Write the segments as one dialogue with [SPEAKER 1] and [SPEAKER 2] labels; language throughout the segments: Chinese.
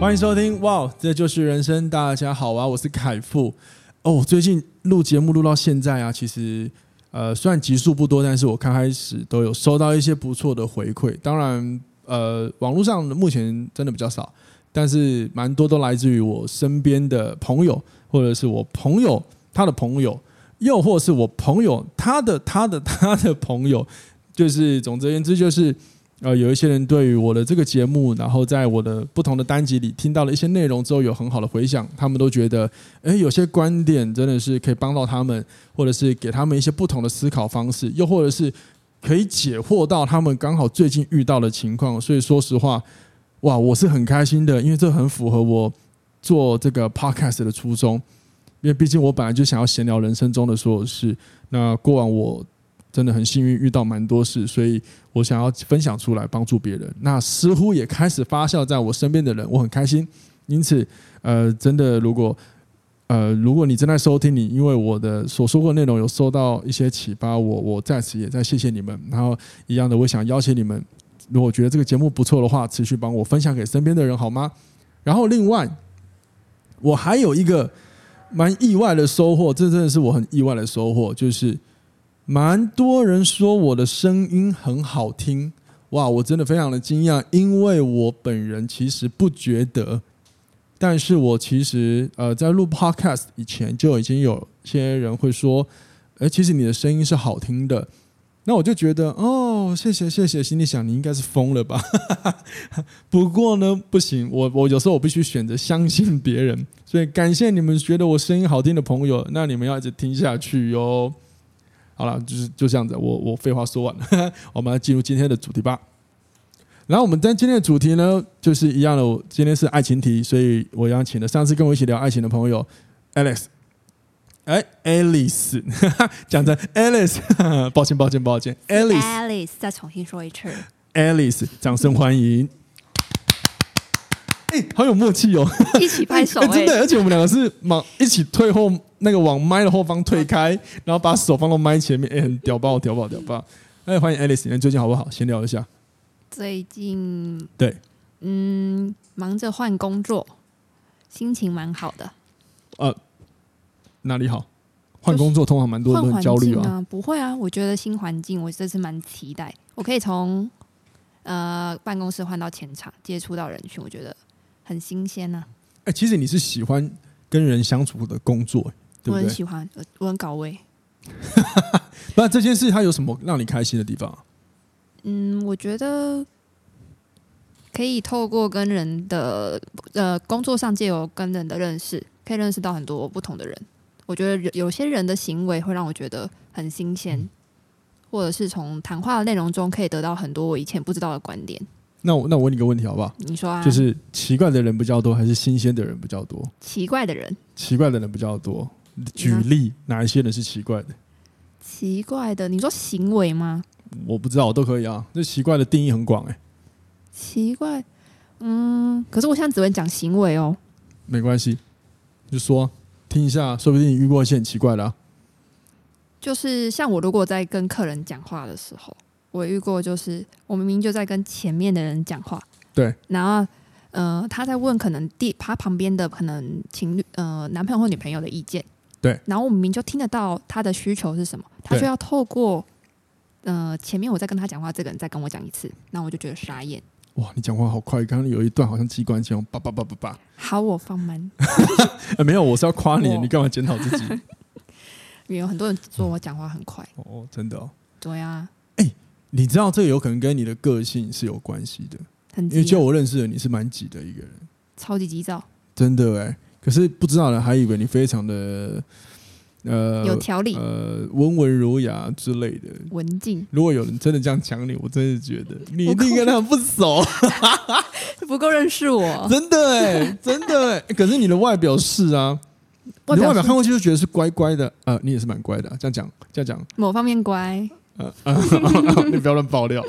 [SPEAKER 1] 欢迎收听，哇，这就是人生。大家好啊，我是凯富。哦，最近录节目录到现在啊，其实呃，虽然集数不多，但是我刚开始都有收到一些不错的回馈。当然，呃，网络上目前真的比较少，但是蛮多都来自于我身边的朋友，或者是我朋友他的朋友，又或是我朋友他的他的他的朋友，就是总之而言之就是。呃，有一些人对于我的这个节目，然后在我的不同的单集里听到了一些内容之后，有很好的回响，他们都觉得，诶，有些观点真的是可以帮到他们，或者是给他们一些不同的思考方式，又或者是可以解惑到他们刚好最近遇到的情况。所以说实话，哇，我是很开心的，因为这很符合我做这个 podcast 的初衷，因为毕竟我本来就想要闲聊人生中的所有事。那过往我真的很幸运遇到蛮多事，所以我想要分享出来帮助别人。那似乎也开始发酵在我身边的人，我很开心。因此，呃，真的，如果呃，如果你正在收听，你因为我的所说过的内容有受到一些启发，我我在此也在谢谢你们。然后，一样的，我想邀请你们，如果觉得这个节目不错的话，持续帮我分享给身边的人好吗？然后，另外，我还有一个蛮意外的收获，这真的是我很意外的收获，就是蛮多人说我的声音很好听，哇，我真的非常的惊讶，因为我本人其实不觉得，但是我其实呃在录 podcast 以前就已经有些人会说，哎、其实你的声音是好听的，那我就觉得哦，谢谢谢谢，心里想你应该是疯了吧，不过呢不行，我我有时候我必须选择相信别人， 所以感谢你们觉得我声音好听的朋友，那你们要一直听下去哟。好了，就是就这样子，我我废话说完了， 我们来进入今天的主题吧。然后我们在今天的主题呢，就是一样的，我今天是爱情题，所以我要请了上次跟我一起聊爱情的朋友 Alex，哎，Alice，讲 成 Alice，抱 歉抱歉抱歉，Alice。
[SPEAKER 2] Alice，再重新说一次。
[SPEAKER 1] Alice，掌声欢迎。哎、好有默契哦！
[SPEAKER 2] 一起拍 手、
[SPEAKER 1] 哎、
[SPEAKER 2] 欸
[SPEAKER 1] 真的，而且我们两个是往一起退后，那个往麦的后方退开，然后把手放到麦前面，哎、很屌爆，屌爆，屌爆！哎、欢迎 Alice，你最近好不好？闲聊一下。
[SPEAKER 2] 最近
[SPEAKER 1] 对，
[SPEAKER 2] 嗯，忙着换工作，心情蛮好的。
[SPEAKER 1] 哪里好？换工作通常蛮多人
[SPEAKER 2] 换
[SPEAKER 1] 都很
[SPEAKER 2] 环
[SPEAKER 1] 焦虑
[SPEAKER 2] 境
[SPEAKER 1] 啊。
[SPEAKER 2] 啊？不会啊，我觉得新环境我这次蛮期待，我可以从呃办公室换到前场，接触到人群，我觉得很新鲜啊呐、
[SPEAKER 1] 哎、其实你是喜欢跟人相处的工作、哎对不
[SPEAKER 2] 我很
[SPEAKER 1] 对？
[SPEAKER 2] 喜欢，我我很搞味。
[SPEAKER 1] 不然这件事它有什么让你开心的地方啊？
[SPEAKER 2] 嗯，我觉得可以透过跟人的呃工作上借由跟人的认识，可以认识到很多不同的人。我觉得人有些人的行为会让我觉得很新
[SPEAKER 1] 嗯
[SPEAKER 2] 鲜，或者是从谈话的内容中可以得到很多我以前不知道的观点。
[SPEAKER 1] 那我那我问你个问题好不好？
[SPEAKER 2] 你说啊，
[SPEAKER 1] 就是奇怪的人比较多，还是新鲜的人比较多？
[SPEAKER 2] 奇怪的人，
[SPEAKER 1] 奇怪的人比较多。举
[SPEAKER 2] 嗯
[SPEAKER 1] 例，哪一些人是奇怪的？
[SPEAKER 2] 奇怪的，你说行为吗？
[SPEAKER 1] 我不知道，我都可以啊。这奇怪的定义很广哎、
[SPEAKER 2] 奇怪，嗯，可是我现在只会讲行为哦。
[SPEAKER 1] 没关系，就说听一下，说不定你遇过一些很奇怪的、啊。
[SPEAKER 2] 就是像我如果在跟客人讲话的时候，我遇过就是我明明就在跟前面的人讲话，
[SPEAKER 1] 对，
[SPEAKER 2] 然后呃他在问可能第他旁边的可能情侣呃男朋友或女朋友的意见，
[SPEAKER 1] 对，
[SPEAKER 2] 然后我明明就听得到他的需求是什么，他
[SPEAKER 1] 对
[SPEAKER 2] 就要透过呃前面我在跟他讲话，这个人再跟我讲一次，那我就觉得傻眼。
[SPEAKER 1] 哇，你讲话好快，刚刚有一段好像机关枪，叭叭叭叭叭。
[SPEAKER 2] 好，我放慢。
[SPEAKER 1] 哎，没有，我是要夸你，
[SPEAKER 2] 我
[SPEAKER 1] 你干嘛检讨 自己？
[SPEAKER 2] 有很多人说我讲话很快，
[SPEAKER 1] 哦，真的哦。
[SPEAKER 2] 对啊，
[SPEAKER 1] 你知道这个有可能跟你的个性是有关系的，
[SPEAKER 2] 很
[SPEAKER 1] 因为
[SPEAKER 2] 急
[SPEAKER 1] 就
[SPEAKER 2] 啊，
[SPEAKER 1] 我认识的你是蛮急的一个人，欸
[SPEAKER 2] 超级急躁。
[SPEAKER 1] 真的哎、可是不知道的还以为你非常的，呃
[SPEAKER 2] 有条理、
[SPEAKER 1] 呃温文儒雅之类的。
[SPEAKER 2] 文静，
[SPEAKER 1] 如果有人真的这样讲你，我真的觉得你一定跟他不 熟，
[SPEAKER 2] 不够认识我。
[SPEAKER 1] 真的哎、真的、欸。可是你的外表是啊，你的
[SPEAKER 2] 外表
[SPEAKER 1] 外表
[SPEAKER 2] 是
[SPEAKER 1] 看过去就觉得是乖乖的，呃，你也是蛮乖的啊、这样讲，这样 讲，
[SPEAKER 2] 某方面乖，
[SPEAKER 1] 呃，你不要乱爆料。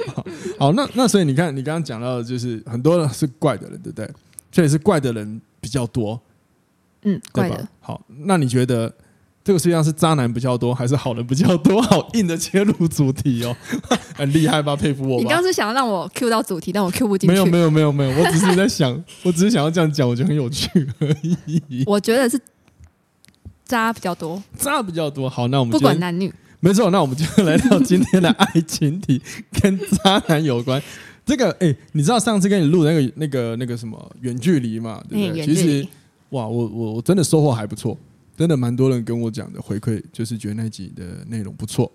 [SPEAKER 1] 好，那那所以你看，你刚刚讲到的就是很多是怪的人，对不对？所以是怪的人比较多，
[SPEAKER 2] 嗯，
[SPEAKER 1] 对
[SPEAKER 2] 怪
[SPEAKER 1] 吧？
[SPEAKER 2] 的。
[SPEAKER 1] 好，那你觉得这个世界上是渣男比较多，还是好人比较多？好硬的切入主题哦， 很厉害吧？佩服我
[SPEAKER 2] 你刚
[SPEAKER 1] 吧
[SPEAKER 2] 刚！是想要让我 Q 到主题，但我 Q 不进去。
[SPEAKER 1] 没有没有没有没有，我只是在 想，我只是想要这样讲，我觉得很有趣而已。
[SPEAKER 2] 我觉得是渣比较多，
[SPEAKER 1] 渣比较多，好，那我们
[SPEAKER 2] 不
[SPEAKER 1] 今天
[SPEAKER 2] 管男女。
[SPEAKER 1] 没错，那我们就来聊今天的爱情题，跟渣男有关。 这个，哎、你知道上次跟你录的那个、那个、那个什么远距离嘛？对
[SPEAKER 2] 嗯，
[SPEAKER 1] 不对？
[SPEAKER 2] 远
[SPEAKER 1] 其
[SPEAKER 2] 距
[SPEAKER 1] 实
[SPEAKER 2] 离，，
[SPEAKER 1] 哇，我我我真的收获还不错，真的蛮多人跟我讲的回馈，就是觉得那集的内容不错。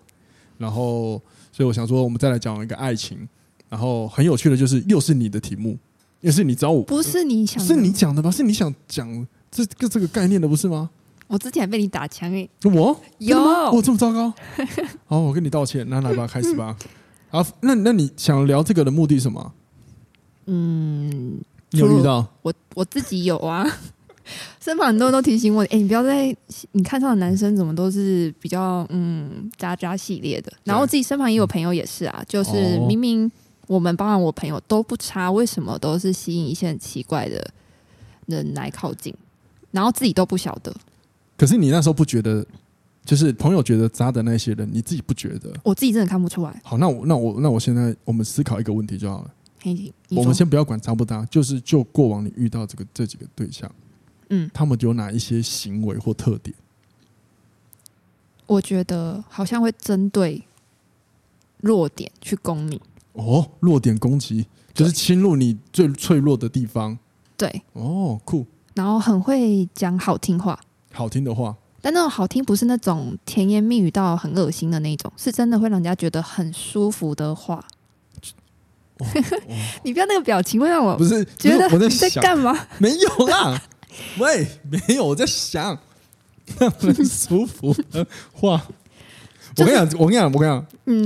[SPEAKER 1] 然后，所以我想说，我们再来讲一个爱情。然后很有趣的就是，又是你的题目，又是你找我，
[SPEAKER 2] 不是你想的，
[SPEAKER 1] 是你讲的吧？是你想讲这个这个概念的，不是吗？
[SPEAKER 2] 我之前还被你打枪诶、
[SPEAKER 1] 我
[SPEAKER 2] 有
[SPEAKER 1] 我这么糟糕？ 好，我跟你道歉。那来吧，开始 吧。好，那那你想聊这个的目的是什么？
[SPEAKER 2] 嗯，
[SPEAKER 1] 你有遇到？
[SPEAKER 2] 我我自己有啊， 身旁很多人都提醒我，哎、你不要再你看上的男生怎么都是比较嗯渣渣系列的。然后我自己身旁也有朋友也是啊，就是
[SPEAKER 1] 哦
[SPEAKER 2] 明明我们包含我朋友都不差，为什么都是吸引一些很奇怪的人来靠近，然后自己都不晓得。
[SPEAKER 1] 可是你那时候不觉得，就是朋友觉得渣的那些人，你自己不觉得？
[SPEAKER 2] 我自己真的看不出来。
[SPEAKER 1] 好，那我那我那我现在我们思考一个问题就好了。
[SPEAKER 2] 嘿，你
[SPEAKER 1] 我
[SPEAKER 2] 说
[SPEAKER 1] 们先不要管渣不渣，就是就过往你遇到这个这几个对象，
[SPEAKER 2] 嗯，
[SPEAKER 1] 他们有哪一些行为或特点？
[SPEAKER 2] 我觉得好像会针对弱点去攻你。
[SPEAKER 1] 哦，弱点攻击就是侵入你最脆弱的地方。
[SPEAKER 2] 对，
[SPEAKER 1] 哦，酷，
[SPEAKER 2] 然后很会讲好听话，
[SPEAKER 1] 好听的话，
[SPEAKER 2] 但那种好听不是那种甜言蜜语到很恶心的那种，是真的会让人家觉得很舒服的话。 你不要那个表情会让我
[SPEAKER 1] 不是？
[SPEAKER 2] 哦觉得
[SPEAKER 1] 不是我在
[SPEAKER 2] 你在
[SPEAKER 1] 想，
[SPEAKER 2] 干嘛？
[SPEAKER 1] 没有啦，喂，没有，我在想， 让人舒服的话。我
[SPEAKER 2] 就是
[SPEAKER 1] 跟你讲，我跟你讲，我跟你讲，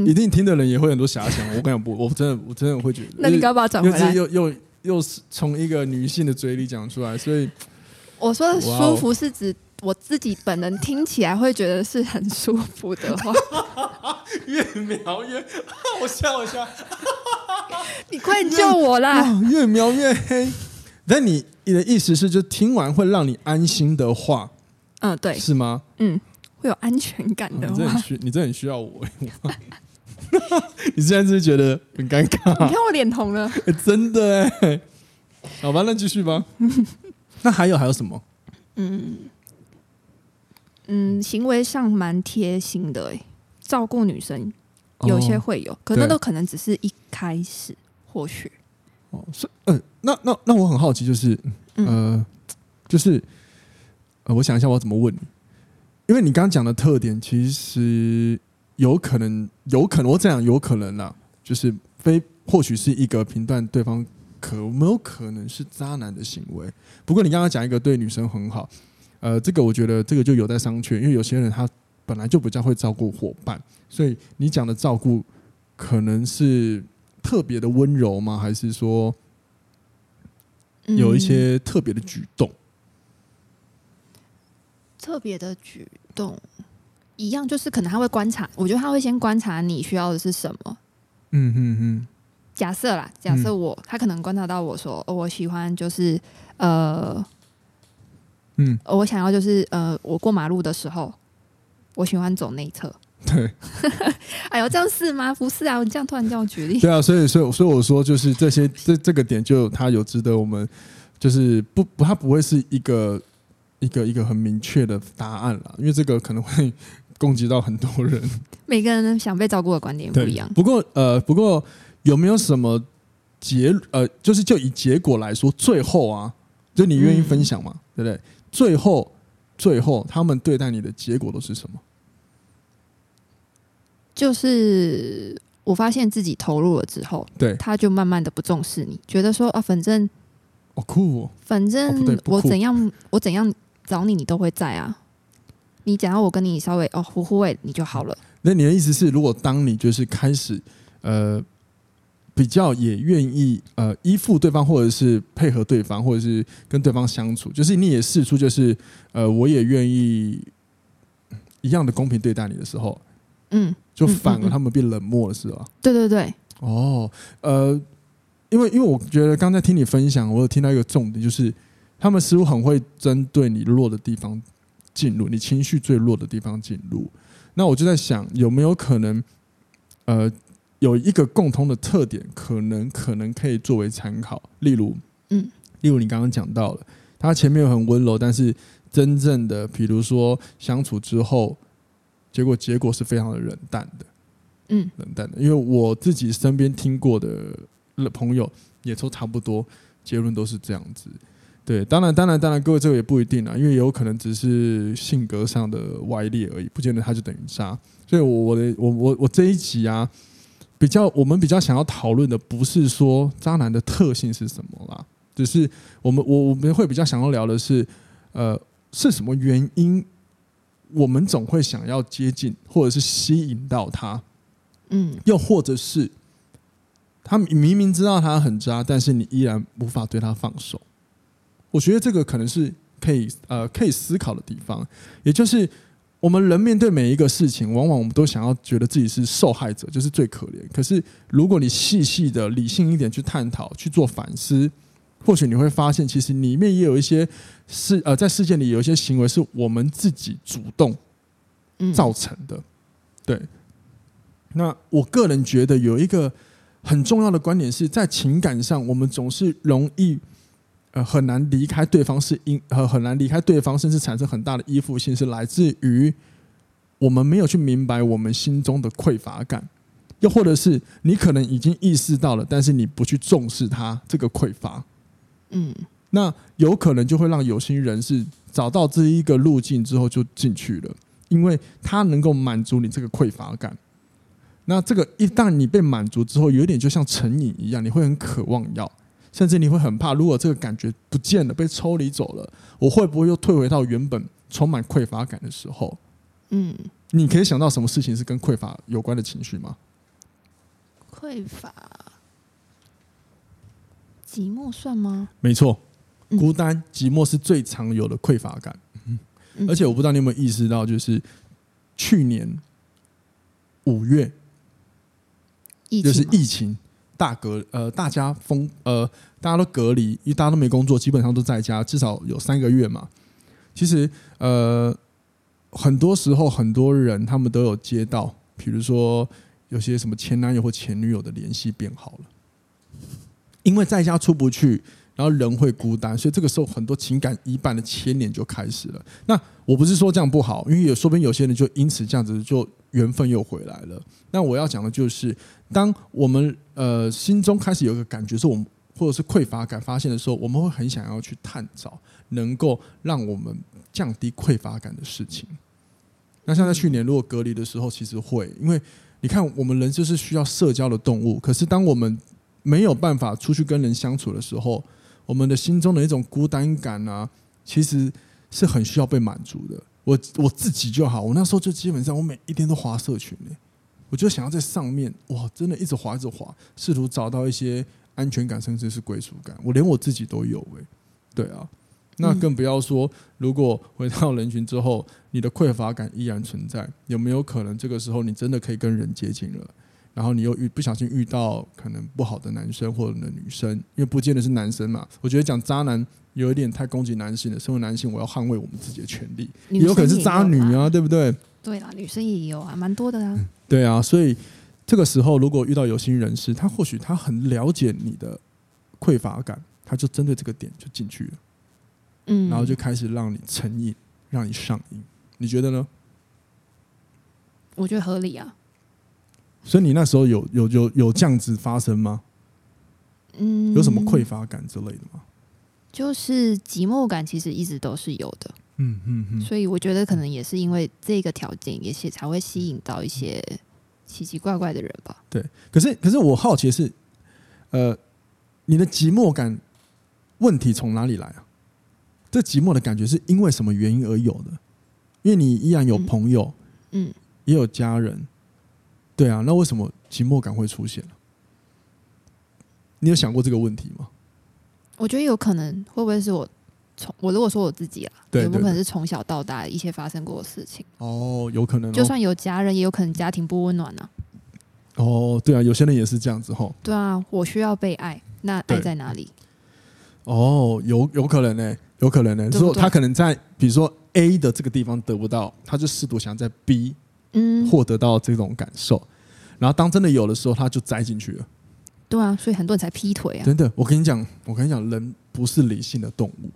[SPEAKER 1] 一
[SPEAKER 2] 嗯，
[SPEAKER 1] 定听的人也会很多遐想。我跟你讲，不，我真的，我真的会觉得，
[SPEAKER 2] 那你刚把它转
[SPEAKER 1] 又
[SPEAKER 2] 回
[SPEAKER 1] 是
[SPEAKER 2] 来。
[SPEAKER 1] 又又又是从一个女性的嘴里讲出来，所以
[SPEAKER 2] 我说的
[SPEAKER 1] 哇哦
[SPEAKER 2] 舒服是指我自己本人听起来会觉得是很舒服的 话。
[SPEAKER 1] 越描越，我笑一下，
[SPEAKER 2] 你快救我啦！
[SPEAKER 1] 啊，越描越黑。但你你的意思是，就听完会让你安心的话，
[SPEAKER 2] 嗯，对，
[SPEAKER 1] 是吗？
[SPEAKER 2] 嗯，会有安全感
[SPEAKER 1] 啊
[SPEAKER 2] 的
[SPEAKER 1] 你
[SPEAKER 2] 话
[SPEAKER 1] 这。很需，你这很需要我。 你现在是不是觉得很尴尬？
[SPEAKER 2] 你看我脸红了。
[SPEAKER 1] 欸真的哎、好吧，那继续吧。那还有还有什么？
[SPEAKER 2] 嗯，行为上蛮贴心的、欸，照顾女生有些
[SPEAKER 1] 哦
[SPEAKER 2] 会有，可那
[SPEAKER 1] 对
[SPEAKER 2] 都可能只是一开始，或许
[SPEAKER 1] 哦是呃，那那那我很好奇，就是
[SPEAKER 2] 嗯
[SPEAKER 1] 呃，就是呃，我想一下我要怎么问你，因为你刚刚讲的特点，其实有可能，有可能，我这样有可能啦，就是非或许是一个评断对方可没有可能是渣男的行为。不过你刚刚讲一个对女生很好，呃，这个我觉得这个就有待商榷，因为有些人他本来就比较会照顾伙伴，所以你讲的照顾可能是特别的温柔吗？还是说有一、
[SPEAKER 2] 嗯
[SPEAKER 1] 些特别的举动？
[SPEAKER 2] 特别的举动。一样就是可能他会观察，我觉得他会先观察你需要的是什么。
[SPEAKER 1] 嗯嗯嗯，
[SPEAKER 2] 假设啦，假设我、他可能观察到我说，哦、我喜欢就是呃，
[SPEAKER 1] 嗯，
[SPEAKER 2] 我想要就是呃，我过马路的时候，我喜欢走内侧。
[SPEAKER 1] 对
[SPEAKER 2] 哎呦，这样是吗？不是啊，你这样突然叫我举例，
[SPEAKER 1] 对啊，所以所以所以我说就是这些这这个点就它有值得我们就是不不它不会是一个一个一个很明确的答案啦，因为这个可能会攻击到很多人。
[SPEAKER 2] 每个人想被照顾的观点不
[SPEAKER 1] 对，
[SPEAKER 2] 一样。
[SPEAKER 1] 不过呃，不过有没有什么结呃，就是就以结果来说，最后啊，就你愿意分享
[SPEAKER 2] 嗯
[SPEAKER 1] 嘛，对不对？最后最后他们对待你的结果都是什么？
[SPEAKER 2] 就是我发现自己投入了之后，
[SPEAKER 1] 对，
[SPEAKER 2] 他就慢慢的不重视你，觉得说啊，反正
[SPEAKER 1] 哦酷哦，
[SPEAKER 2] 反
[SPEAKER 1] 哦不对
[SPEAKER 2] 正
[SPEAKER 1] 不酷
[SPEAKER 2] 我怎样我怎样找你，你都会在啊，你讲到我跟你稍微哦互互慰你就好了。
[SPEAKER 1] 那你的意思是，如果当你就是开始呃比较也愿意呃依附对方，或者是配合对方，或者是跟对方相处，就是你也试出就是呃我也愿意一样的公平对待你的时候，
[SPEAKER 2] 嗯，
[SPEAKER 1] 就反
[SPEAKER 2] 嗯嗯
[SPEAKER 1] 而
[SPEAKER 2] 嗯
[SPEAKER 1] 他们变冷漠了，是吧？
[SPEAKER 2] 对对对，
[SPEAKER 1] 哦，呃，因为因为我觉得刚才听你分享，我有听到一个重点，就是他们似乎很会针对你弱的地方进入，你情绪最弱的地方进入。那我就在想，有没有可能，呃，有一个共同的特点，可能可能可以作为参考，例如，
[SPEAKER 2] 嗯，
[SPEAKER 1] 例如你刚刚讲到了，他前面很温柔，但是真正的，比如说相处之后，结果结果是非常的冷淡的。
[SPEAKER 2] 嗯
[SPEAKER 1] 冷淡的，因为我自己身边听过的朋友也都差不多，结论都是这样子。对，当然，当然，当然，各位这个也不一定啊，因为也有可能只是性格上的歪裂而已，不见得他就等于渣。所以我，我的我我我这一集啊，比较我们比较想要讨论的不是说渣男的特性是什么啦，只是我们我我们会比较想要聊的是，呃，是什么原因我们总会想要接近或者是吸引到他，
[SPEAKER 2] 嗯
[SPEAKER 1] 又或者是他明明知道他很渣，但是你依然无法对他放手。我觉得这个可能是可以呃可以思考的地方，也就是我们人面对每一个事情，往往我们都想要觉得自己是受害者，就是最可怜。可是如果你细细的、理性一点去探讨、去做反思，或许你会发现，其实里面也有一些事呃，在事件里有一些行为是我们自己主动
[SPEAKER 2] 嗯，
[SPEAKER 1] 造成的。对，那我个人觉得有一个很重要的观点是在情感上，我们总是容易呃很难离开对方，是因呃很难离开对方，甚至产生很大的依附性，是来自于我们没有去明白我们心中的匮乏感。又或者是你可能已经意识到了，但是你不去重视它这个匮乏，
[SPEAKER 2] 嗯
[SPEAKER 1] 那有可能就会让有心人士找到这一个路径之后就进去了，因为它能够满足你这个匮乏感。那这个一旦你被满足之后，有点就像成瘾一样，你会很渴望要，甚至你会很怕，如果这个感觉不见了，被抽离走了，我会不会又退回到原本充满匮乏感的时候？
[SPEAKER 2] 嗯，
[SPEAKER 1] 你可以想到什么事情是跟匮乏有关的情绪吗？
[SPEAKER 2] 匮乏，寂寞算吗？
[SPEAKER 1] 没错，
[SPEAKER 2] 嗯
[SPEAKER 1] 孤单、寂寞是最常有的匮乏感。
[SPEAKER 2] 嗯
[SPEAKER 1] 而且我不知道你有没有意识到，就是去年五月，
[SPEAKER 2] 疫
[SPEAKER 1] 就是
[SPEAKER 2] 情吗
[SPEAKER 1] 疫情大隔，呃，大家封，呃，大家都隔离，因为大家都没工作，基本上都在家，至少有三个月嘛。其实，呃，很多时候很多人他们都有接到，比如说有些什么前男友或前女友的联系变好了，因为在家出不去，然后人会孤单，所以这个时候很多情感一半的牵连就开始了。那我不是说这样不好，因为有说不定有些人就因此这样子就缘分又回来了。那我要讲的就是，当我们呃心中开始有一个感觉，是我们或者是匮乏感发现的时候，我们会很想要去探找能够让我们降低匮乏感的事情。那像在去年如果隔离的时候，其实会，因为你看我们人就是需要社交的动物，可是当我们没有办法出去跟人相处的时候，我们的心中的一种孤单感啊，其实是很需要被满足的。我我自己就好，我那时候就基本上我每一天都划社群欸呢、我就想要在上面哇，真的一直滑一直滑，试图找到一些安全感，甚至是归属感。我连我自己都有哎、对啊，那
[SPEAKER 2] 嗯
[SPEAKER 1] 更不要说如果回到人群之后，你的匮乏感依然存在，有没有可能这个时候你真的可以跟人接近了？然后你又遇不小心遇到可能不好的男生或者女生，因为不见得是男生嘛。我觉得讲渣男有一点太攻击男性了，身为男性，我要捍卫我们自己的权利。
[SPEAKER 2] 女
[SPEAKER 1] 也有可能
[SPEAKER 2] 生
[SPEAKER 1] 是渣女
[SPEAKER 2] 也有吧。
[SPEAKER 1] 啊，对不对？
[SPEAKER 2] 对啦，女生也有啊，蛮多的啊。
[SPEAKER 1] 对啊，所以这个时候如果遇到有心人士，他或许他很了解你的匮乏感，他就针对这个点就进去了，
[SPEAKER 2] 嗯，
[SPEAKER 1] 然后就开始让你成瘾，让你上瘾。你觉得呢？
[SPEAKER 2] 我觉得合理啊。
[SPEAKER 1] 所以你那时候有有有有这样子发生吗？
[SPEAKER 2] 嗯，
[SPEAKER 1] 有什么匮？乏感之类的吗？
[SPEAKER 2] 就是寂寞感，其实一直都是有的，
[SPEAKER 1] 嗯嗯嗯，
[SPEAKER 2] 所以我觉得可能也是因为这个条件，也是才会吸引到一些奇奇怪怪的人吧。
[SPEAKER 1] 对。可是可是我好奇的是，呃，你的寂寞感问题从哪里来啊？这寂寞的感觉是因为什么原因而有的？因因为你依然有朋友，
[SPEAKER 2] 嗯，
[SPEAKER 1] 也有家人，对啊，那为什么寂寞感会出现呢、你有想过这个问题吗？
[SPEAKER 2] 我觉得有可能会不会是我从我如果说我自己啊，
[SPEAKER 1] 对
[SPEAKER 2] 有没有
[SPEAKER 1] 对
[SPEAKER 2] 可能是从小到大一些发生过的事情？
[SPEAKER 1] 哦，有可能、哦，
[SPEAKER 2] 就算有家人，也有可能家庭不温暖啊。
[SPEAKER 1] 哦，对啊，有些人也是这样子吼。
[SPEAKER 2] 对啊，我需要被爱，那
[SPEAKER 1] 对
[SPEAKER 2] 爱在哪里？
[SPEAKER 1] 哦，有有可能呢、有可能呢、
[SPEAKER 2] 对
[SPEAKER 1] 说
[SPEAKER 2] 不对
[SPEAKER 1] 他可能在比如说 A 的这个地方得不到，他就试图想在 B
[SPEAKER 2] 嗯，
[SPEAKER 1] 获得到这种感受，然后当真的有的时候，他就栽进去了。
[SPEAKER 2] 对啊，所以很多人才劈腿啊。
[SPEAKER 1] 真的，我跟你讲，我跟你讲，人不是理性的动物，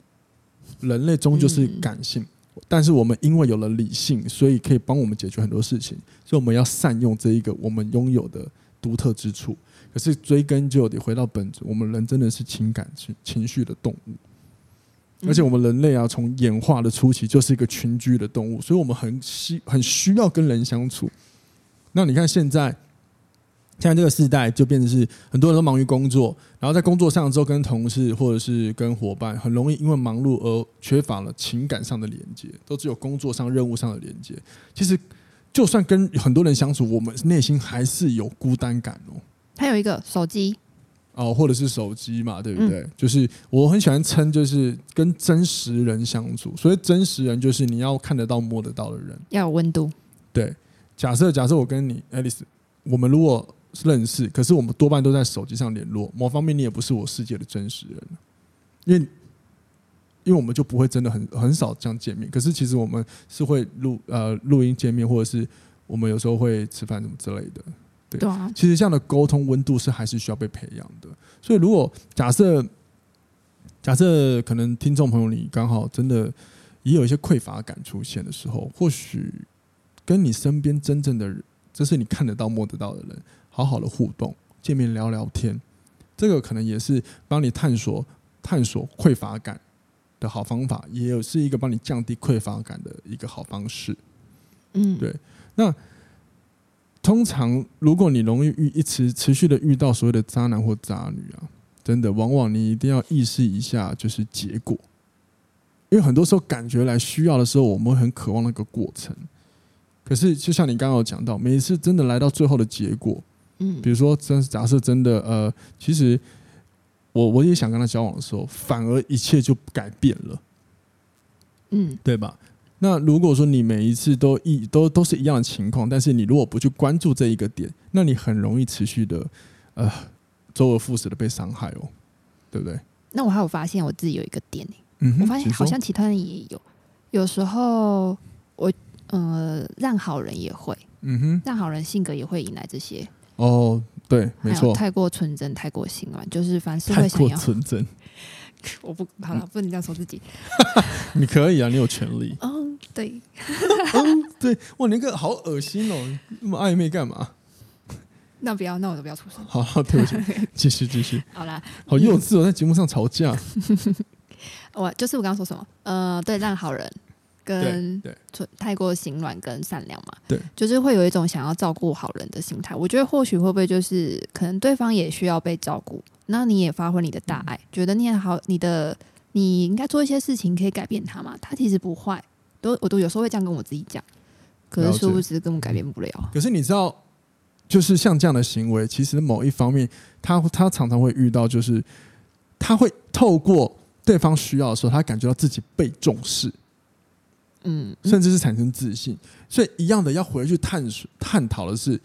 [SPEAKER 1] 人类终究是
[SPEAKER 2] 嗯
[SPEAKER 1] 感性。但是我们因为有了理性，所以可以帮我们解决很多事情，所以我们要善用这一个我们拥有的独特之处。可是追根究底，回到本质，我们人真的是情感情情绪的动物，
[SPEAKER 2] 嗯
[SPEAKER 1] 而且我们人类啊，从演化的初期就是一个群居的动物，所以我们很需很需要跟人相处。那你看现在，现在这个时代就变成是很多人都忙于工作，然后在工作上之后跟同事或者是跟伙伴，很容易因为忙碌而缺乏了情感上的连接，都只有工作上、任务上的连接。其实，就算跟很多人相处，我们内心还是有孤单感哦。
[SPEAKER 2] 还有一个手机，
[SPEAKER 1] 哦，或者是手机嘛，对不对？就是我很喜欢称，就是跟真实人相处。所以真实人就是你要看得到、摸得到的人。
[SPEAKER 2] 要有温度。
[SPEAKER 1] 对，假设假设我跟你 Alice，我们如果是认识，可是我们多半都在手机上联络，某方面你也不是我世界的真实人，因为因为我们就不会真的很很少这样见面。可是其实我们是会录呃录音见面，或者是我们有时候会吃饭什么之类的。对
[SPEAKER 2] 对啊，
[SPEAKER 1] 其实这样的沟通温度是还是需要被培养的。所以如果假设假设可能听众朋友你刚好真的也有一些匮乏感出现的时候，或许跟你身边真正的人，这是你看得到摸得到的人，好好的互动，见面聊聊天，这个可能也是帮你探索探索匮乏感。的好方法，也有是一个帮你降低匮乏感的一个好方式。
[SPEAKER 2] 嗯，
[SPEAKER 1] 对通常，如果你容易遇一直持续的遇到所谓的渣男或渣女啊，真的，往往你一定要意识一下，就是结果，因为很多时候感觉来需要的时候，我们会很渴望那个过程。可是，就像你刚刚有讲到，每一次真的来到最后的结果，
[SPEAKER 2] 嗯
[SPEAKER 1] 比，如说真假设真的呃，其实我我也想跟他交往的时候，反而一切就改变了。
[SPEAKER 2] 嗯，
[SPEAKER 1] 对吧？那如果说你每一次都一都都是一样的情况，但是你如果不去关注这一个点，那你很容易持续的呃周而复始的被伤害哦，对不对？
[SPEAKER 2] 那我还有发现我自己有一个点欸
[SPEAKER 1] 嗯哼
[SPEAKER 2] 我发现
[SPEAKER 1] 请
[SPEAKER 2] 好
[SPEAKER 1] 说
[SPEAKER 2] 像其他人也有，有时候我呃让好人也会，
[SPEAKER 1] 嗯哼
[SPEAKER 2] 让好人性格也会引来这些，
[SPEAKER 1] 哦，对，没
[SPEAKER 2] 还有
[SPEAKER 1] 错，
[SPEAKER 2] 太过纯真、太过心软，就是凡事
[SPEAKER 1] 太
[SPEAKER 2] 会想
[SPEAKER 1] 过
[SPEAKER 2] 要。
[SPEAKER 1] 纯真，
[SPEAKER 2] 我不好了，不能这样说自己。。
[SPEAKER 1] 你可以啊，你有权利
[SPEAKER 2] 嗯，对，
[SPEAKER 1] 嗯，对，哇，你那个好恶心哦，那么暧昧干嘛？
[SPEAKER 2] 那不要，那我都不要出声。
[SPEAKER 1] 好，对 不起，继续继续，
[SPEAKER 2] 好啦，
[SPEAKER 1] 好幼稚哦，在节目上吵架，
[SPEAKER 2] 我哦就是我刚刚说什么？呃，对，让好人
[SPEAKER 1] 对
[SPEAKER 2] 跟
[SPEAKER 1] 对，
[SPEAKER 2] 纯太过心软跟善良嘛，
[SPEAKER 1] 对，
[SPEAKER 2] 就是会有一种想要照顾好人的心态。我觉得或许会不会就是可能对方也需要被照顾，那你也发挥你的大
[SPEAKER 1] 嗯
[SPEAKER 2] 爱，觉得你也好，你的你应该做一些事情可以改变他嘛，他其实不坏，都我都有时候会这样跟我自己讲，可
[SPEAKER 1] 了
[SPEAKER 2] 是
[SPEAKER 1] 解
[SPEAKER 2] 殊不知根本改变不了。啊
[SPEAKER 1] 可是你知道，就是像这样的行为，其实某一方面，他他常常会遇到，就是他会透过对方需要的时候，他感觉到自己被重视，
[SPEAKER 2] 嗯，嗯
[SPEAKER 1] 甚至是产生自信。所以一样的，要回去探索探讨的是，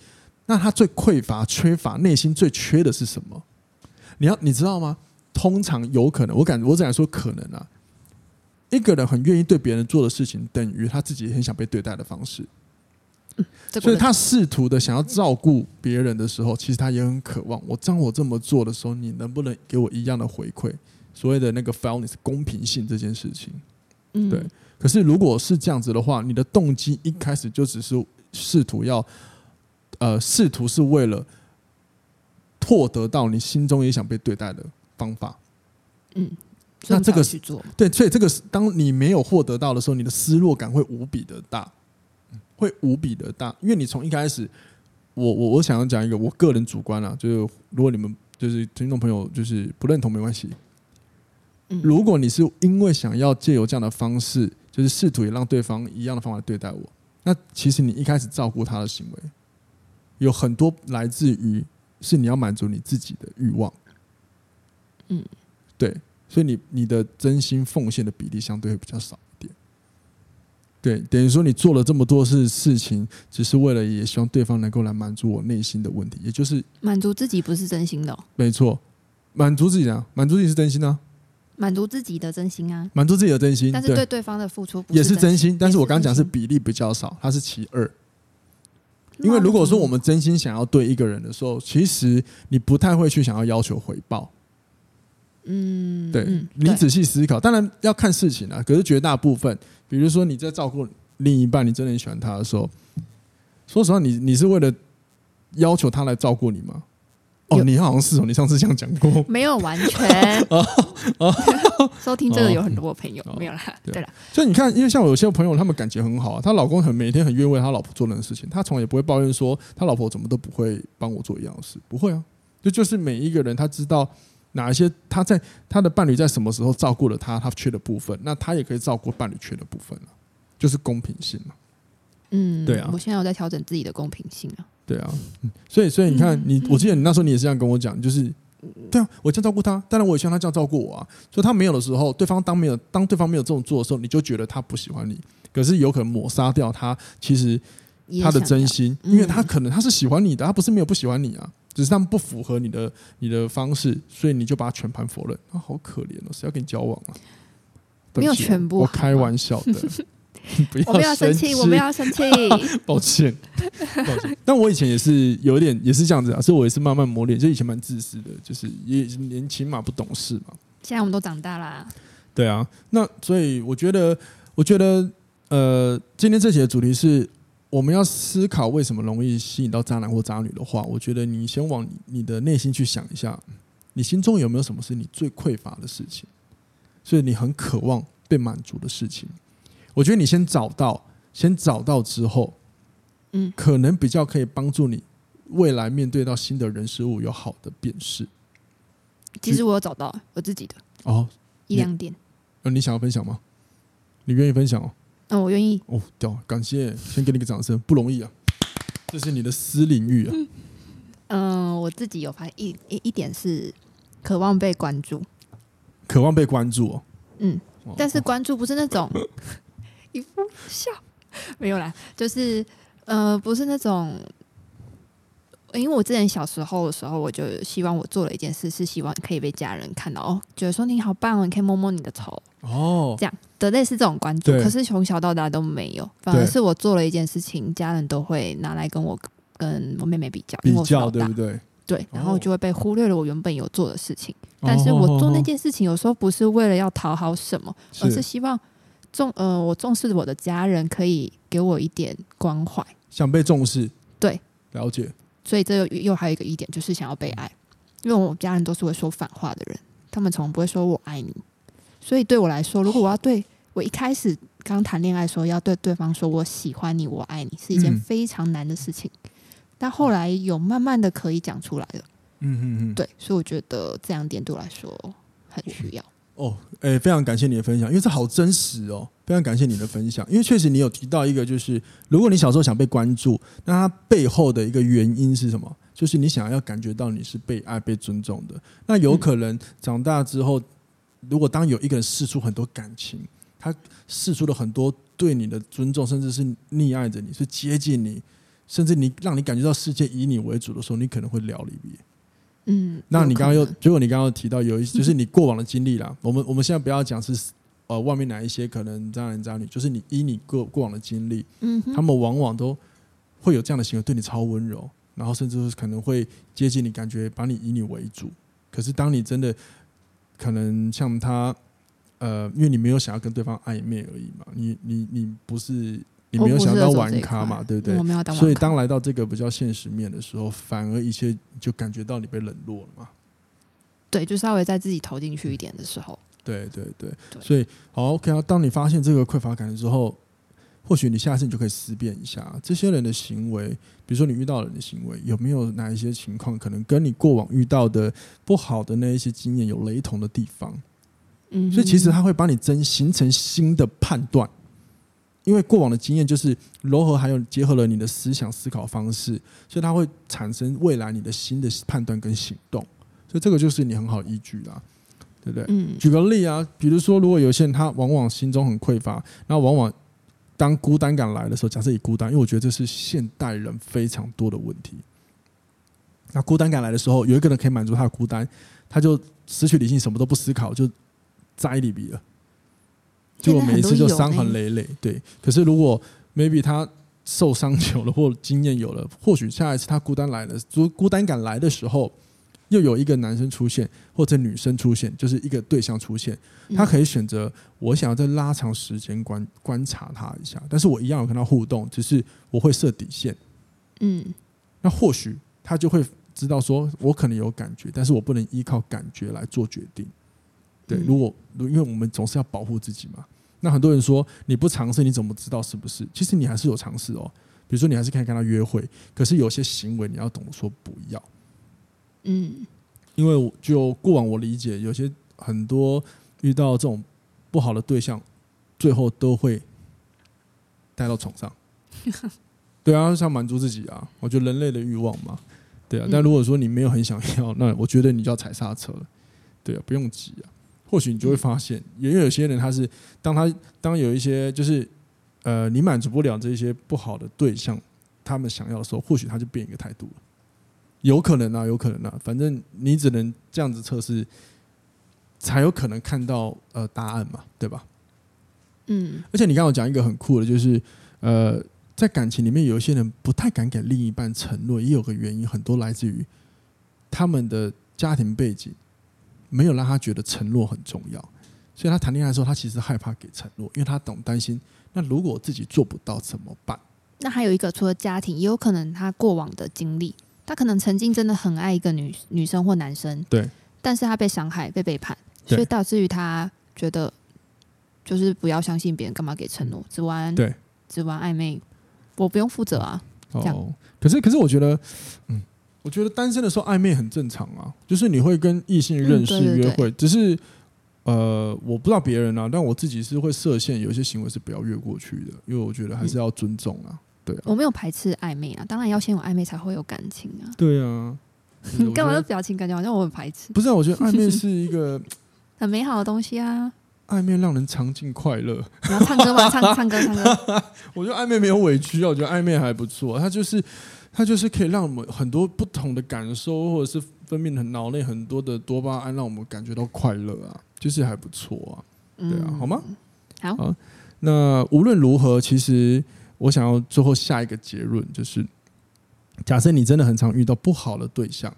[SPEAKER 1] 那他最匮乏、缺乏、内心最缺的是什么？你要你知道吗？通常有可能，我感我只敢说可能啊。一个人很愿意对别人做的事情，等于他自己也很想被对待的方式。
[SPEAKER 2] 这个
[SPEAKER 1] 所以
[SPEAKER 2] 我
[SPEAKER 1] 他试图的想要照顾别人的时候，其实他也很渴望，我当我这么做的时候，你能不能给我一样的回馈？所谓的那个 fairness 公平性这件事情。
[SPEAKER 2] 嗯
[SPEAKER 1] 对可是如果是这样子的话，你的动机一开始就只是试图要，呃，试图是为了获得到你心中也想被对待的方法。
[SPEAKER 2] 嗯，所以
[SPEAKER 1] 那
[SPEAKER 2] 我们
[SPEAKER 1] 这个
[SPEAKER 2] 才要去做嘛，
[SPEAKER 1] 对，所以这个是当你没有获得到的时候，你的失落感会无比的大，会无比的大，因为你从一开始，我我我想要讲一个我个人主观啊，就是如果你们就是听众朋友就是不认同没关系，
[SPEAKER 2] 嗯
[SPEAKER 1] 如果你是因为想要借由这样的方式，就是试图也让对方一样的方法对待我。那其实你一开始照顾他的行为，有很多来自于是你要满足你自己的欲望。
[SPEAKER 2] 嗯，
[SPEAKER 1] 对，所以你你的真心奉献的比例相对会比较少一点。对，等于说你做了这么多事事情，只是为了也希望对方能够来满足我内心的问题，也就是
[SPEAKER 2] 满足自己不是真心的哦、
[SPEAKER 1] 没错，满足自己啊，满足自己是真心啊，
[SPEAKER 2] 满足自己的真心啊，
[SPEAKER 1] 满足自己的真心，
[SPEAKER 2] 但是对对方的付出不
[SPEAKER 1] 也是
[SPEAKER 2] 是
[SPEAKER 1] 真
[SPEAKER 2] 心，
[SPEAKER 1] 心，但是我
[SPEAKER 2] 也是
[SPEAKER 1] 刚刚讲
[SPEAKER 2] 真
[SPEAKER 1] 是
[SPEAKER 2] 心
[SPEAKER 1] 比例比较少，它是其二。因为如果说我们真心想要对一个人的时候，其实你不太会去想要要求回报。
[SPEAKER 2] 嗯，
[SPEAKER 1] 对、
[SPEAKER 2] 嗯
[SPEAKER 1] 你仔细思考，当然要看事情啊。可是绝大部分，比如说你在照顾另一半，你真的很喜欢他的时候，说实话，你你是为了要求他来照顾你吗？哦，
[SPEAKER 2] 有
[SPEAKER 1] 你好像是哦，你上次这样讲过。
[SPEAKER 2] 没有完全
[SPEAKER 1] 哦。
[SPEAKER 2] 收听这个
[SPEAKER 1] 哦
[SPEAKER 2] 有很多朋友
[SPEAKER 1] 哦，
[SPEAKER 2] 没有啦，
[SPEAKER 1] 对
[SPEAKER 2] 对啦，
[SPEAKER 1] 所以你看，因为像我有些朋友，他们感情很好、啊，她老公很每天很愿意为他老婆做任何事情，他从来也不会抱怨说他老婆怎么都不会帮我做一样的事，不会啊。这就是每一个人他知道哪一些他在他的伴侣在什么时候照顾了他，他缺的部分，那他也可以照顾伴侣缺的部分啊，就是公平性啊嘛、
[SPEAKER 2] 嗯，
[SPEAKER 1] 对啊
[SPEAKER 2] 我现在有在调整自己的公平性啊，
[SPEAKER 1] 对啊。嗯所以所以你看，你
[SPEAKER 2] 嗯
[SPEAKER 1] 我记得你那时候你也是这样跟我讲，就是。对啊，我这样照顾他，当然我也希望他这样照顾我啊。所以他没有的时候，对方当没有当对方没有这种做的时候，你就觉得他不喜欢你，可是有可能抹杀掉他其实
[SPEAKER 2] 也
[SPEAKER 1] 他的
[SPEAKER 2] 想
[SPEAKER 1] 真
[SPEAKER 2] 要
[SPEAKER 1] 心，
[SPEAKER 2] 嗯
[SPEAKER 1] 因为他可能他是喜欢你的，他不是没有不喜欢你啊，只是他们不符合你的你的方式，所以你就把他全盘否认，啊，好可怜哦，谁要跟你交往啊？对不起啊
[SPEAKER 2] 没有全部
[SPEAKER 1] 我
[SPEAKER 2] 好吗
[SPEAKER 1] 开玩笑 的， 不
[SPEAKER 2] 我们要
[SPEAKER 1] 生
[SPEAKER 2] 生
[SPEAKER 1] 气，
[SPEAKER 2] 气，我们 要生气。
[SPEAKER 1] 抱歉，抱歉。 但我以前也是有点也是这样子啊，所以我也是慢慢磨练，就以前蛮自私的，就是也年轻嘛，不懂事嘛，
[SPEAKER 2] 现在我们都长大啦，
[SPEAKER 1] 对啊，那所以我觉得，我觉得，呃，今天这节的主题是我们要思考为什么容易吸引到渣男或渣女的话，我觉得你先往你的内心去想一下，你心中有没有什么是你最匮乏的事情，所以你很渴望被满足的事情。我觉得你先找到，先找到之后，
[SPEAKER 2] 嗯，
[SPEAKER 1] 可能比较可以帮助你未来面对到新的人事物有好的辨识。
[SPEAKER 2] 其实我有找到我自己的
[SPEAKER 1] 哦，
[SPEAKER 2] 一两点，
[SPEAKER 1] 呃，你想要分享吗？你愿意分享哦？
[SPEAKER 2] 嗯，我愿意。
[SPEAKER 1] 哦，屌，感谢，先给你个掌声，不容易啊，这是你的私领域啊，
[SPEAKER 2] 嗯，我自己有发现一一一点是渴望被关注，
[SPEAKER 1] 渴望被关注哦。
[SPEAKER 2] 嗯
[SPEAKER 1] 哦，
[SPEAKER 2] 但是关注不是那种 一副笑没有啦，就是呃，不是那种。因为我之前小时候的时候，我就希望我做了一件事，是希望可以被家人看到哦，觉得说你好棒哦，你可以摸摸你的头，
[SPEAKER 1] 哦，
[SPEAKER 2] 这样的类似这种关注，
[SPEAKER 1] 对
[SPEAKER 2] 可是从小到大都没有，反而
[SPEAKER 1] 对
[SPEAKER 2] 是我做了一件事情，家人都会拿来跟我跟我妹妹比较，
[SPEAKER 1] 比
[SPEAKER 2] 因为我是
[SPEAKER 1] 较
[SPEAKER 2] 老
[SPEAKER 1] 对
[SPEAKER 2] 大
[SPEAKER 1] 不对？
[SPEAKER 2] 对，然后
[SPEAKER 1] 哦
[SPEAKER 2] 就会被忽略了我原本有做的事情。但是我做那件事情，有时候不是为了要讨好什么，而
[SPEAKER 1] 哦，
[SPEAKER 2] 是
[SPEAKER 1] 是
[SPEAKER 2] 希望重呃我重视我的家人可以给我一点关怀，
[SPEAKER 1] 想被重视，
[SPEAKER 2] 对，
[SPEAKER 1] 了解，
[SPEAKER 2] 所以这又又还有一个一点就是想要被爱，因为我家人都是会说反话的人，他们从不会说我爱你，所以对我来说，如果我要对我一开始刚谈恋爱的时候要对对方说我喜欢你，我爱你，是一件
[SPEAKER 1] 嗯
[SPEAKER 2] 非常难的事情，但后来有慢慢的可以讲出来了。
[SPEAKER 1] 嗯嗯嗯，。
[SPEAKER 2] 对，所以我觉得这两点对我来说很需要。
[SPEAKER 1] 哦，哎、非常感谢你的分享，因为这好真实哦。非常感谢你的分享，因为确实你有提到一个，就是如果你小时候想被关注，那它背后的一个原因是什么？就是你想要感觉到你是被爱、被尊重的。那有可能长大之后，如果当有一个人试出很多感情，他试出了很多对你的尊重，甚至是溺爱着你，是接近你，甚至你让你感觉到世界以你为主的时候，你可能会聊离别。
[SPEAKER 2] 嗯，
[SPEAKER 1] 那你
[SPEAKER 2] 有可
[SPEAKER 1] 刚刚又
[SPEAKER 2] 能，
[SPEAKER 1] 结果你刚刚又提到有一些， 就是你过往的经历啦。我们我们现在不要讲是呃外面哪一些可能渣男渣女，就是你依你过过往的经历，
[SPEAKER 2] 嗯
[SPEAKER 1] 他
[SPEAKER 2] 哼，
[SPEAKER 1] 们往往都会有这样的行为，对你超温柔，然后甚至是可能会接近你，感觉把你以你为主。可是当你真的可能像他，呃，因为你没有想要跟对方暧昧而已嘛，你你你不是你没有想要玩咖嘛，对不对
[SPEAKER 2] 我？没有嗯当网咖，
[SPEAKER 1] 所以当来到这个比较现实面的时候，反而一些就感觉到你被冷落了嘛。
[SPEAKER 2] 对，就稍微再自己投进去一点的时候，
[SPEAKER 1] 对对对，
[SPEAKER 2] 对
[SPEAKER 1] 所以好 OK 啊。当你发现这个匮乏感之后，或许你下次你就可以思辨一下这些人的行为，比如说你遇到人的行为有没有哪一些情况，可能跟你过往遇到的不好的那一些经验有雷同的地方。
[SPEAKER 2] 嗯哼，
[SPEAKER 1] 所以其实它会把你真形成新的判断，因为过往的经验就是柔和，还有结合了你的思想思考方式，所以它会产生未来你的新的判断跟行动，所以这个就是你很好依据啦，对不对？
[SPEAKER 2] 嗯，
[SPEAKER 1] 举个例啊，比如说，如果有些人他往往心中很匮乏，那往往当孤单感来的时候，假设以孤单，因为我觉得这是现代人非常多的问题。那孤单感来的时候，有一个人可以满足他的孤单，他就失去理性，什么都不思考，就栽里比了，结果每一次就伤痕累累。对，可是如果 maybe 他受伤久了，或经验有了，或许下一次他孤单来了，孤孤单感来的时候，又有一个男生出现，或者女生出现，就是一个对象出现，他可
[SPEAKER 2] 以
[SPEAKER 1] 以选择我想要再拉长时间观观察他一下，但是我一样有跟他互动，只是我会设底线。
[SPEAKER 2] 嗯
[SPEAKER 1] 那或许他就会知道说，我可能有感觉，但是我不能依靠感觉来做决定。对，
[SPEAKER 2] 嗯
[SPEAKER 1] 如果如因为我们总是要保护自己嘛。那很多人说你不尝试，你怎么知道是不是？其实你还是有尝试哦。比如说，你还是可以跟他约会，可是有些行为你要懂得说不要。
[SPEAKER 2] 嗯
[SPEAKER 1] 因为我就过往我理解，有些很多遇到这种不好的对象，最后都会带到床上。对啊，想满足自己啊，我觉得人类的欲望嘛，对啊
[SPEAKER 2] 嗯。
[SPEAKER 1] 但如果说你没有很想要，那我觉得你就要踩刹车了。对啊，不用急啊。或许你就会发现，因为有些人他是当他当有一些就是呃，你满足不了这些不好的对象他们想要的时候，或许他就变一个态度了。有可能啊，有可能啊，反正你只能这样子测试，才有可能看到呃答案嘛，对吧？
[SPEAKER 2] 嗯
[SPEAKER 1] 而且你刚刚有讲一个很酷的，就是呃，在感情里面，有一些人不太敢给另一半承诺，也有个原因，很多来自于他们的家庭背景没有让他觉得承诺很重要，所以他谈恋爱的时候，他其实害怕给承诺，因为他总担心，那如果我自己做不到怎么办？
[SPEAKER 2] 那还有一个，除了家庭，也有可能他过往的经历，他可能曾经真的很爱一个女女生或男生，
[SPEAKER 1] 对，
[SPEAKER 2] 但是他被伤害、被背叛，
[SPEAKER 1] 对
[SPEAKER 2] 所以导致于他觉得就是不要相信别人，干嘛给承诺，只玩
[SPEAKER 1] 对，
[SPEAKER 2] 只玩暧昧，我不用负责啊，这样
[SPEAKER 1] 哦，可是可是我觉得，嗯，我觉得单身的时候暧昧很正常啊，就是你会跟异性认识、
[SPEAKER 2] 嗯对对对
[SPEAKER 1] 约会，只是呃，我不知道别人啊，但我自己是会设限，有一些行为是不要越过去的，因为我觉得
[SPEAKER 2] 嗯
[SPEAKER 1] 还是要尊重啊，对啊，
[SPEAKER 2] 我没有排斥暧昧啊，当然要先有暧昧才会有感情啊。
[SPEAKER 1] 对啊，
[SPEAKER 2] 你 干嘛
[SPEAKER 1] 我
[SPEAKER 2] 的
[SPEAKER 1] 觉得
[SPEAKER 2] 表情感觉好像我很排斥？
[SPEAKER 1] 不是、啊，我觉得暧昧是一个
[SPEAKER 2] 很美好的东西啊！
[SPEAKER 1] 暧昧让人尝尽快乐，
[SPEAKER 2] 你要唱 歌吗？唱唱歌，唱
[SPEAKER 1] 啊
[SPEAKER 2] 歌。
[SPEAKER 1] 我觉得暧昧没有委屈啊，我觉得暧昧还不错，它就是它就是可以让我们很多不同的感受，或者是分泌很脑内很多的多巴胺，让我们感觉到快乐啊，就是还不错啊。
[SPEAKER 2] 嗯
[SPEAKER 1] 对啊好吗？
[SPEAKER 2] 好，
[SPEAKER 1] 好那无论如何，其实我想要最后下一个结论就是，假设你真的很常遇到不好的对象，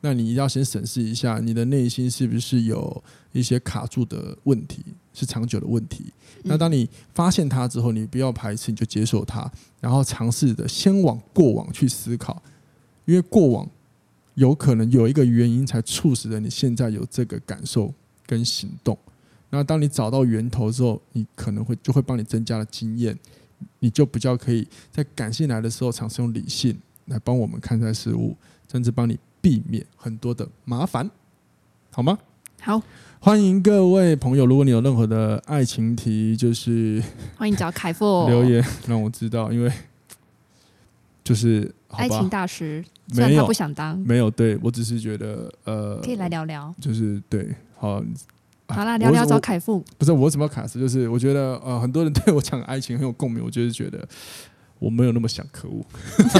[SPEAKER 1] 那你一定要先审视一下你的内心是不是有一些卡住的问题，是长久的问题。
[SPEAKER 2] 嗯
[SPEAKER 1] 那当你发现它之后，你不要排斥，你就接受它，然后尝试的先往过往去思考，因为过往有可能有一个原因才促使了你现在有这个感受跟行动。那当你找到源头之后，你可能会就会帮你增加了经验，你就比较可以在感性来的时候，尝试用理性来帮我们看待事物，甚至帮你避免很多的麻烦，好吗？
[SPEAKER 2] 好，
[SPEAKER 1] 欢迎各位朋友，如果你有任何的爱情题，就是
[SPEAKER 2] 欢迎找凯富
[SPEAKER 1] 留言让我知道，因为就是好
[SPEAKER 2] 爱情
[SPEAKER 1] 吧，
[SPEAKER 2] 大师，虽然
[SPEAKER 1] 没
[SPEAKER 2] 他
[SPEAKER 1] 有
[SPEAKER 2] 不想当，
[SPEAKER 1] 没有，对我只是觉得呃，
[SPEAKER 2] 可以来，聊聊。
[SPEAKER 1] 就是对，好，啊
[SPEAKER 2] 好啦，
[SPEAKER 1] 我
[SPEAKER 2] 聊聊
[SPEAKER 1] 我
[SPEAKER 2] 找凯富。
[SPEAKER 1] 不是我怎么卡死，就是我觉得呃，很多人对我讲爱情很有共鸣，我就是觉得我没有那么想，可 恶，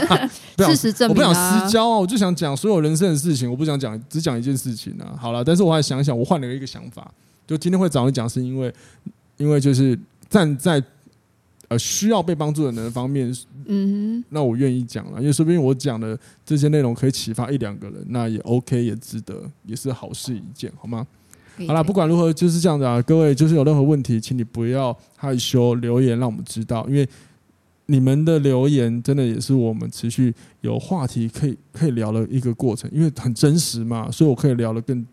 [SPEAKER 1] 不想
[SPEAKER 2] 事实证
[SPEAKER 1] 我不
[SPEAKER 2] 明
[SPEAKER 1] 想
[SPEAKER 2] 啊
[SPEAKER 1] 私，交啊，我就想讲所有人生的事情，我不想讲只讲一件事情啊。好了，但是我还想一想，我换了一个想法，就今天会找你讲，是因为因为就是站在呃需要被帮助的人的方面，
[SPEAKER 2] 嗯
[SPEAKER 1] 那我愿意讲了，因为说不定我讲的这些内容可以启发一两个人，那也 OK，也值得，也是好事一件，好吗？
[SPEAKER 2] 哼，可以
[SPEAKER 1] 好啦，
[SPEAKER 2] 可以
[SPEAKER 1] 不管如何就是这样子啊，各位就是有任何问题，请你不要害羞留言让我们知道，因为你们的留言真的也是我们持续有话题可以可以聊的一个过程，因为很真实嘛，所以我可以聊得更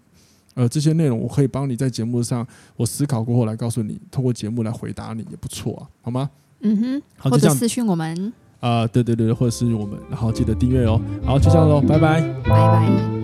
[SPEAKER 1] 呃这些内容，我可以帮你在节目上我思考过后来告诉你，透过节目来回答你也不错啊，好吗？
[SPEAKER 2] 嗯
[SPEAKER 1] 好，
[SPEAKER 2] 哼，
[SPEAKER 1] 就
[SPEAKER 2] 或
[SPEAKER 1] 这
[SPEAKER 2] 者
[SPEAKER 1] 样呃
[SPEAKER 2] 私讯我们，
[SPEAKER 1] 啊、对对对，或者是我们，然后记得订阅哦，好，就这样喽，拜拜。
[SPEAKER 2] 拜拜。